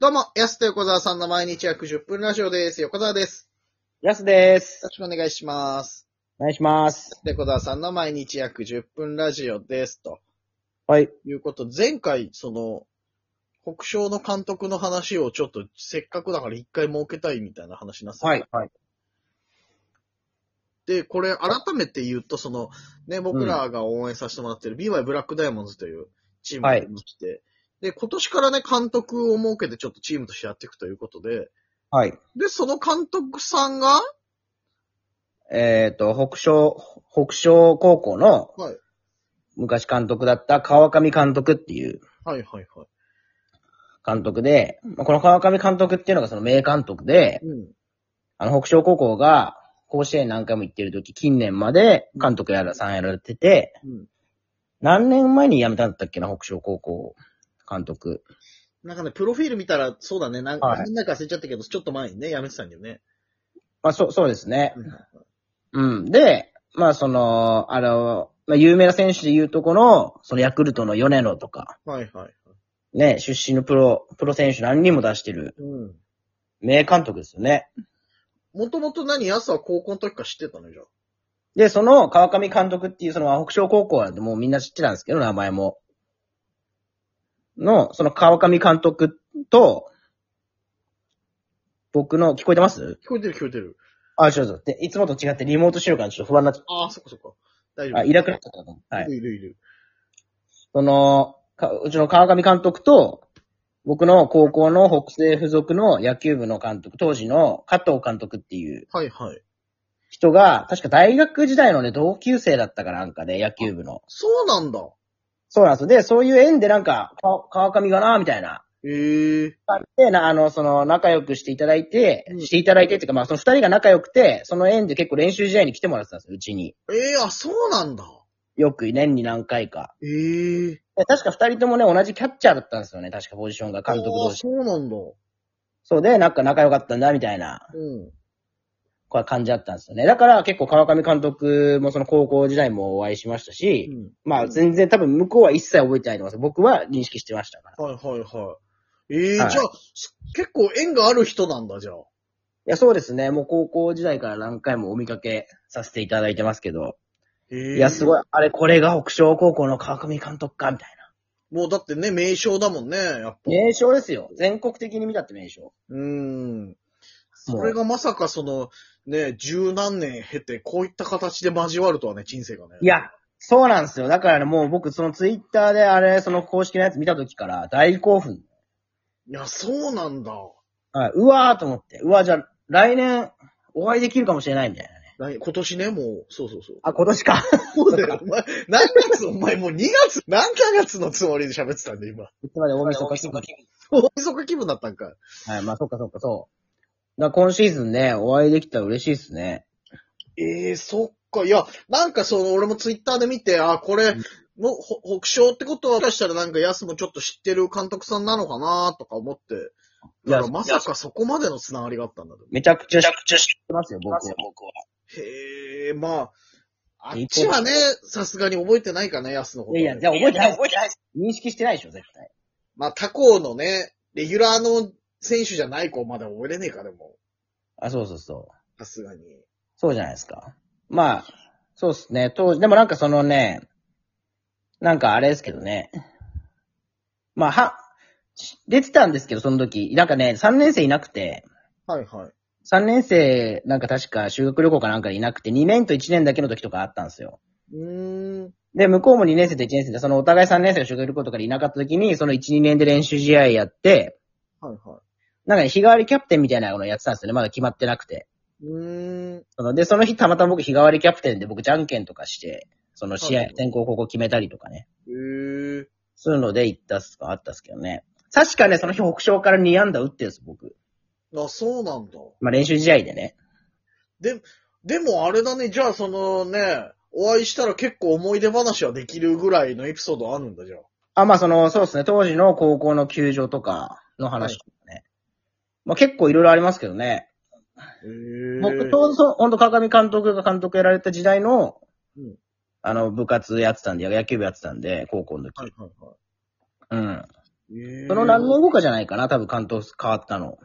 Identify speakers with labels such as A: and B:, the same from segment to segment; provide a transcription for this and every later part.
A: どうも、安と横澤さんの毎日約10分ラジオです。横澤です。
B: やすで
A: よ
B: す
A: ろ。しくお願いします。
B: お願いします。
A: 安と横澤さんの毎日約10分ラジオです。と
B: はい。
A: いうこと、前回、その、北昇の監督の話をちょっと、せっかくだから一回設けたいみたいな話なさって。。
B: はい。
A: で、これ改めて言うと、その、ね、僕らが応援させてもらってる BY ブラックダイヤモンズというチームがいまして、で、今年からね、監督を設けてちょっとチームとしてやっていくということで、
B: はい。
A: で、その監督さんが、
B: えっ、と、北昇、北昇高校の
A: はい、
B: 昔監督だった川上監督っていう
A: はいはいは
B: 監督で、まあこの川上監督っていうのがその名監督で
A: い。、うん。
B: あの北昇高校が甲子園何回も行ってる時、近年まで監督やら、さんやられてて、
A: うん。
B: 何年前に辞めたんだったっけな、北昇高校監督。
A: なんかね、プロフィール見たら、そうだね、なん
B: はい
A: か、みんなか忘れちゃったけど、ちょっと前にね、やめてたんだよね。
B: まあ、そう、そうですね。
A: うん
B: うん。で、まあその、あの、まあ有名な選手で言うとこの、そのヤクルトの米野とか、
A: はいはい。
B: ね、出身のプロ、プロ選手何人も出してる
A: うん。
B: 名監督ですよね。
A: もともと何、やすは高校の時から知ってたのじゃあ。
B: で、その川上監督っていうその北昇高校なんてもうみんな知ってたんですけど、名前も。の、その川上監督と、僕の、聞こえてます
A: 聞こえてる聞こえてる。
B: あ、ちょっと待って、いつもと違ってリモート収録がちょっと不安になっちゃっ
A: ああ、そっかそっか。大丈
B: た。
A: 夫。
B: あ、いなくなっちゃったかも。はい
A: い。るいるいる。
B: その、かうちの川上監督と、僕の高校の北西附属の野球部の監督、当時の加藤監督っていう
A: はいはい。
B: 人が、確か大学時代のね、同級生だったかなんかで、野球部の。
A: そうなんだ。
B: そうなんですよ。で、そういう縁でなんか、か川上がな、みたいな。
A: ええ
B: で、な、あの、その、仲良くしていただいて
A: う、ん
B: していただいてっていうか、まあ、その二人が仲良くて、その縁で結構練習試合に来てもらってたんですよ、うちに。
A: ええあ、そうなんだ。
B: よく年に何回か。
A: ええ
B: で確か二人ともね、同じキャッチャーだったんですよね、確かポジションが監
A: あ
B: 督同
A: あ、
B: 士。
A: そうなんだ。
B: そうで、なんか仲良かったんだ、みたいな。
A: うん。
B: こう感じだったんですよね。だから結構川上監督もその高校時代もお会いしましたし、
A: うん。
B: まあ全然多分向こうは一切覚えてないと思います。僕は認識してましたから。い
A: はいはいはい。ええ
B: はい
A: じゃあ、す結構縁がある人なんだ、じゃあ。
B: や、そうですね。もう高校時代から何回もお見かけさせていただいてますけど。
A: ええ
B: いや、す
A: い。
B: ごい。あれ、これが北昇高校の川上監督か、みたいな。
A: もうだってね、名称だもんね、やっぱ。
B: 名称ですよ。全国的に見たって名称。
A: うーん。
B: もう
A: それがまさかその、ね、十何年経て、こういった形で交わるとはね、人生がね。
B: いや、そうなんですよ。だからね、もう僕、そのツイッターであれ、その公式のやつ見た時から大興奮。
A: いや、そうなんだ。
B: はい、うわーと思って。うわ、じゃあ、来年、お会いできるかもしれない、みたいな。
A: 来今年ね、もう、そうそうそう。
B: あ、今年か。
A: そうだ よ。お前、何月、お前もう2月、何ヶ月のつもりで喋ってたんで、今。
B: いつまで大晦日そうか。
A: 大晦日気分だったんか。
B: はい、まあ、そっかそっか、そう。だから今シーズンね、お会いできたら嬉しいですね。
A: ええそっか。いや、なんかその、俺もツイッターで見て、あ、これ、
B: ん
A: もう、ほ北昇ってことは、もしかしたらなんか、ヤスもちょっと知ってる監督さんなのかなとか思って。
B: い
A: だか
B: や
A: ら、まさかそこまでのつながりがあったんだと。
B: めちゃくちゃ知ってますよ、僕は。
A: へえ、まあ、あっ
B: いい子
A: ちはね、さすがに覚えてないかな、ヤスのこと
B: い
A: ね。
B: やいや、じゃあ覚えてない。認識してないでしょ、絶対。
A: まあ、他校のね、レギュラーの選手じゃない子まだ覚えれねえか、でも。
B: あ、そうそうそう。
A: さすがに。
B: そうじゃないですか。まあ、そうですね。当時、でもなんかそのね、なんかあれですけどね。まあ、は、出てたんですけど、その時。なんかね、3年生いなくて、
A: はいはい。
B: 3年生、なんか確か修学旅行かなんかでいなくて、2年と1年だけの時とかあったんですよ。
A: うーん。
B: で、向こうも2年生と1年生で、そのお互い3年生が修学旅行とかでいなかった時に、その1、2年で練習試合やって、
A: はいは
B: なんかね、日替わりキャプテンみたいなのをやってたんですよね。まだ決まってなくて。
A: い。うーん。
B: そので、その日たまたま僕日替わりキャプテンで僕じゃんけんとかして、その試
A: は
B: 合
A: い、
B: 先行高校決めたりとかね。
A: へえ。
B: そういうので行ったっすか、あったっすけどね。確かね、その日北昇から2安打打ってるんです、僕。
A: あ、そうなんだ。
B: まあ練習試合でね。
A: でもあれだね、じゃあそのね、お会いしたら結構思い出話はできるぐらいのエピソードあるんだ、じゃあ。
B: あ、まあその、そうですね、当時の高校の球場とかの話とかね。まあ結構いろいろありますけどね。
A: へ
B: 僕、ちょうどそう、本当川上監督が監督やられた時代の、
A: うん
B: あの、部活やってたんで、野球部やってたんで、高校の時。
A: はいはいはい。
B: うん。その何
A: 何
B: 年後かじゃないかな、多分関東変わったの。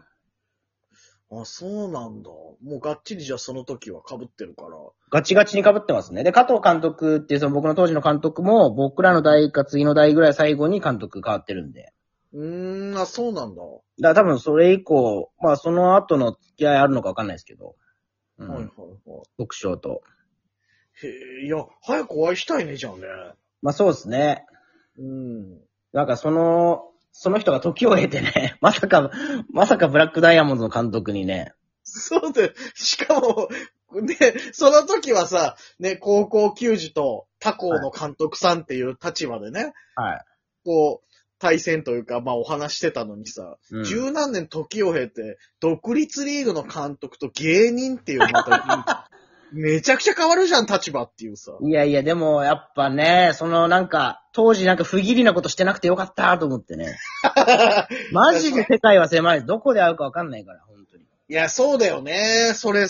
A: あ、そうなんだ。もうがっちりじゃあその時は被ってるから。
B: ガチガチに被ってますね。で、加藤監督っていうその僕の当時の監督も、僕らの代か次の代ぐらい最後に監督変わってるんで。
A: うーん、あ、そうなんだ。
B: だから多分それ以降、まあその後の付き合いあるのかわかんないですけど。う
A: はいはい
B: ん。
A: は
B: 特賞と。
A: い。へえ、いや、早くお会いしたいね、じゃあね。
B: まあそうですね。
A: うん。
B: なんかその、その人が時を経てね、 まさか、まさかブラックダイヤモンドの監督にね、
A: そうで、しかも、ね、その時はさ、ね、高校球児と他校の監督さんっていう立場でね、
B: はい。
A: こう、対戦というか、まあお話してたのにさ、
B: うん
A: 十何年時を経て、独立リーグの監督と芸人っていう、ま た、めちゃくちゃ変わるじゃん、立場っていうさ。
B: いやいや、でもやっぱね、そのなんか、当時なんか不義理なことしてなくてよかったと思って ね。マジで世界は狭い。どこで会うかわかんないから、本当に。
A: いや、そうだよね。それ、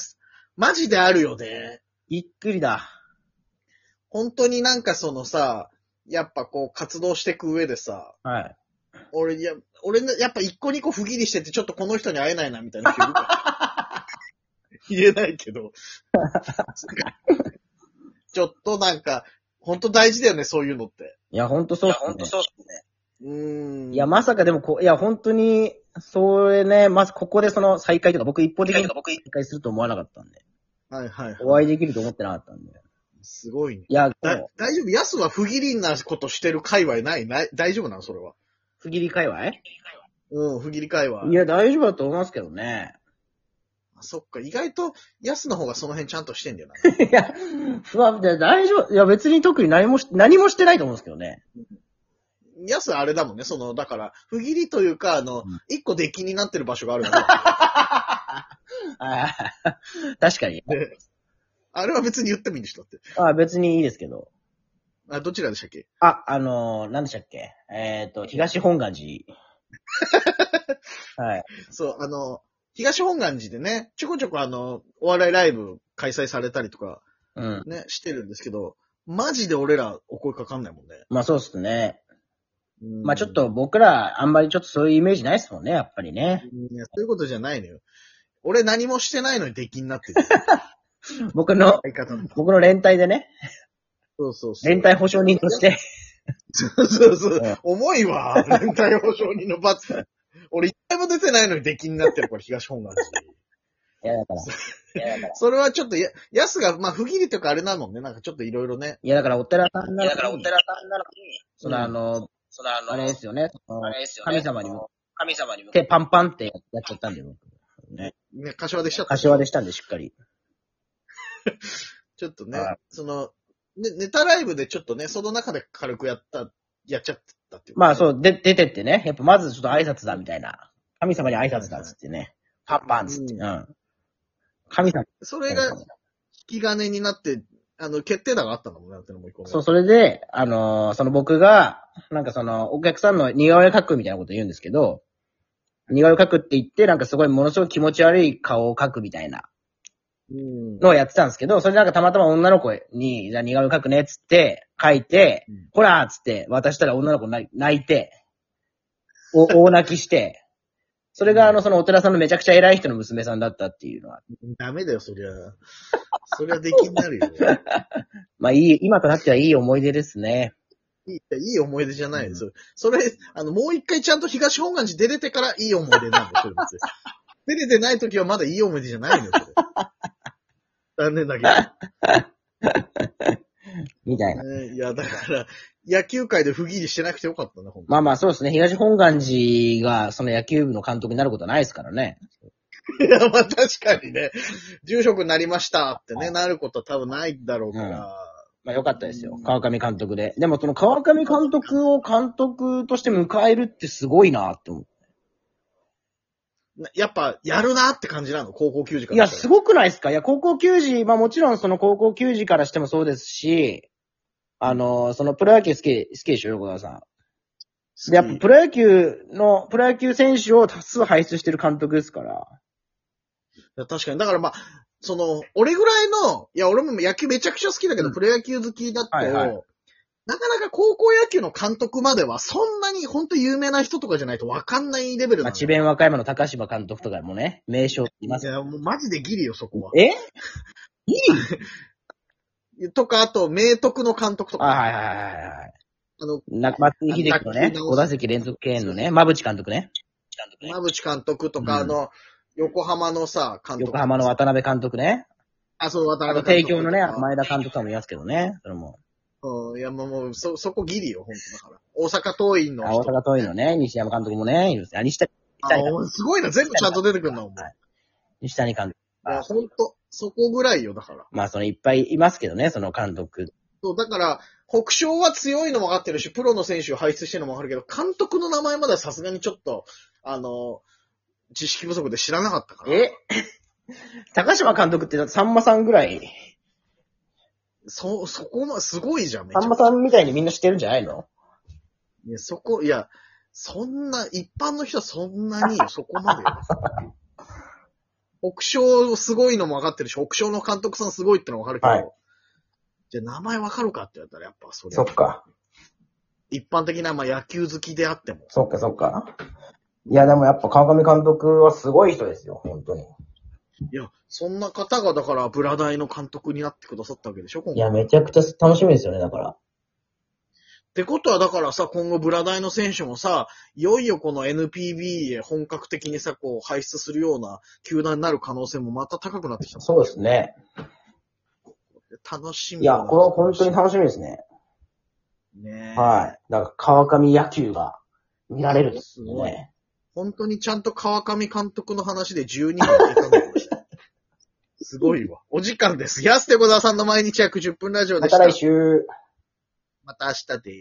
A: マジであるよね。
B: びっくりだ。
A: 本当になんかそのさ、やっぱこう活動していく上でさ、
B: はい。
A: 俺、や、俺ね、やっぱ一個二個不義理しててちょっとこの人に会えないなみたいな人いる から。言えないけど。ちょっとなんか、本当大事だよね、そういうのって。
B: いや、ほんとそうっすね。
A: そうっすね。うーん。
B: いや、まさかでもこ、いや、本当に、それね、まずここでその再会というか、僕一方的に再会すると思わなかったんで。
A: はいはい。
B: お会いできると思ってなかったんで。
A: すごいね。
B: いや、で
A: だ
B: も、
A: 大丈夫ヤスは不義理なことしてる界隈ないない大丈夫なのそれは。
B: 不義理界隈
A: うん、不義理界隈。
B: いや、大丈夫だと思いますけどね。
A: あそっか、意外と、ヤスの方がその辺ちゃんとしてんだよな。
B: いや、ふわ、いや大丈夫。いや、別に特に何もし、何もしてないと思うんですけどね。
A: ヤスあれだもんね、その、だから、不義理というか、あの
B: うん、
A: 一、個出禁になってる場所があるよ ね。
B: ああ確かに。
A: であれは別に言ってもいいんでしょだって。
B: ああ別にいいですけど。
A: あ、どちらでしたっけ
B: あ、あのー、何でしたっけえっ、と、東本願 寺。はい。
A: そう、あの、東本願寺でね、ちょこちょこあの、お笑いライブ開催されたりとか、
B: うん。
A: ね、してるんですけど、マジで俺らお声かかんないもんね。
B: まあそうっすね。
A: うん
B: まあちょっ。と僕らあんまりちょっとそういうイメージないっすもんね、やっぱりね。
A: いや、そういうことじゃないのよ。俺何もしてないのに出禁になってる。
B: 僕の、
A: 相方の。
B: 僕の連帯でね、
A: そうそうそう。
B: 連帯保証人として。
A: そうそう
B: うん。
A: 重い わ。連帯保証人の罰。俺一回も出てないのに出禁になってる、これ東本願寺。
B: いやだから。いやだから。
A: それはちょっとや、やすが、まあ、不義理というかあれなもんね。なんかちょっといろいろね。
B: いやだからお寺さんなら、
C: さんなら、
B: そのあの、
C: そのあ
B: あれですよね。その
C: れです
B: よね神様に向か
C: 神様に向
B: 手パンパンってやっちゃったんで、僕。
A: ね、柏でしちゃった。
B: 柏でしたんで、しっかり。
A: ちょっとね
B: はい、
A: その、ね、ネタライブでちょっとね、その中で軽くやった、やっちゃったっていう。
B: まあ
A: う。
B: そう、で、出てってね。やっぱまずちょっと挨拶だ、みたいな。神様に挨拶だ、つってね。パンパン、つって。
A: う
B: うんん。神様。
A: それが引き金になって、あの、決定打があったんだもんね、だってのもう一個ね
B: そう、それで、あのーその僕が、なんかその、お客さんの似顔絵描くみたいなこと言うんですけど、似顔絵描くって言って、なんかすごいものすごい気持ち悪い顔を描くみたいな
A: うん。
B: のをやってたんですけど、それなんかたまたま女の子に、じゃあ似顔絵描くねっつって、描いて、
A: うん
B: ほらーっつって渡したら女の子泣い泣いて、お大泣きして、それがあの、そのお寺さんのめちゃくちゃ偉い人の娘さんだったっていうのは、
A: ダメだよ、そりゃ。そりゃ出禁にな るよ。
B: まあいい、今となってはいい思い出ですね。
A: いいいい思い出じゃない、
B: うん
A: それ。それ、あの、もう一回ちゃんと東本願寺出れてからいい思い出なんだよ、それ別に出れてない時はまだいい思い出じゃないのよ、そ れ。残念だけど。
B: みたいな。
A: ねいや、だから、野球界で不義理してなくてよかったね、ほんと
B: まあまあそうですね。東本願寺がその野球部の監督になることはないですからね。
A: いや、まあ確かにね、住職になりましたってね、なることは多分ないだろうから。
B: まあ良かったですよ。川上監督で。でもその川上監督を監督として迎えるってすごいなって思う。
A: なやっぱ、やるなって感じなの、高校球児か
B: い
A: ら
B: や、
A: した
B: す
A: ら。
B: ごくないですかいや、高校球児、まあもちろんその高校球児からしてもそうですし、あの、そのプロ野球好き、好きでしょ、横田さん。で、やっぱプロ野球の、プロ野球選手を多数輩出してる監督ですから。
A: いや確かに。だからまあ、その、俺ぐらいの、いや、俺も野球めちゃくちゃ好きだけど、
B: うん
A: プロ野球好きだと、
B: はいはい
A: なかなか高校野球の監督までは、そんなに本当有名な人とかじゃないと分かんないレベルな
B: まあ、
A: ん
B: 智
A: で。
B: 弁和歌山の高島監督とかもね、名称いま
A: い
B: す。
A: や、もうマジでギリよ、そこは。
B: え
A: とか、あと、明徳の監督とか。
B: あ、はいはいはいはいはい。
A: あの、
B: な松井秀喜の
A: あ
B: ね、
A: 卓球の
B: 5打席連続敬遠のね、馬淵監督ね。
A: 馬淵監督とか、
B: うん
A: あの、横浜のさ、監督。
B: 横浜の渡辺監督ね。
A: あ、そう、渡
B: あと
A: 辺監
B: 帝
A: 督
B: 京のね
A: とか、
B: 前田監督とかもいますけどね。それも。
A: うん、いや、もうもう、そ、そこギリよ、本当だから。大阪桐蔭の
B: あ
A: 人。
B: 大阪桐蔭のね、西山監督もね、いるんですあ、西谷、
A: あおすごいな、全部ちゃんと出てくるな、お前。
B: 西谷監督。
A: いや、ほんと、そこぐらいよ、だから。
B: まあ、その、いっぱいいますけどね、その監督。
A: そう、だから、北勝は強いのも分かってるし、プロの選手を輩出してるのも分かるけど、監督の名前まではさすがにちょっと、あの、知識不足で知らなかったから。
B: え 高島監督って、さんまさんぐらい、
A: そ、そこま、すごいじゃん、めちゃ
B: さ
A: くちゃ
B: んまさんみたいにみんな知ってるんじゃないの
A: いや、そこ、いや、そんな、一般の人はそんな によ、そこまでよ。北勝すごいのも分かってるし、北勝の監督さんすごいってのも分かるけど、
B: はい
A: じゃあ名前分かるかって言われたら、やっぱそれ、
B: か。
A: 一般的な、まあ野球好きであっても。
B: そっかそっか。いや、でもやっぱ川上監督はすごい人ですよ、本当に。
A: いや、そんな方が、だから、ブラ大の監督になってくださったわけでしょ、今
B: い
A: 後。っ
B: や、めちゃくちゃ楽しみですよね、だから。
A: てことは、だからさ、今後、ブラ大の選手もさ、いよいよこの NPB へ本格的にさ、こう、排出するような球団になる可能性もまた高くなってきたもん。
B: そうですね。
A: 楽しみ
B: いや、これは本当に楽しみですね。
A: に。ねえ
B: はい。だから川上野球が見られるんです
A: すごい
B: ね。
A: 本当にちゃんと川上監督の話で12人いけたのかもしれ ないすごいわ。お時間です。安手小沢さんの毎日約10分ラジオ
B: ま
A: でした。
B: た来週。
A: また明日です。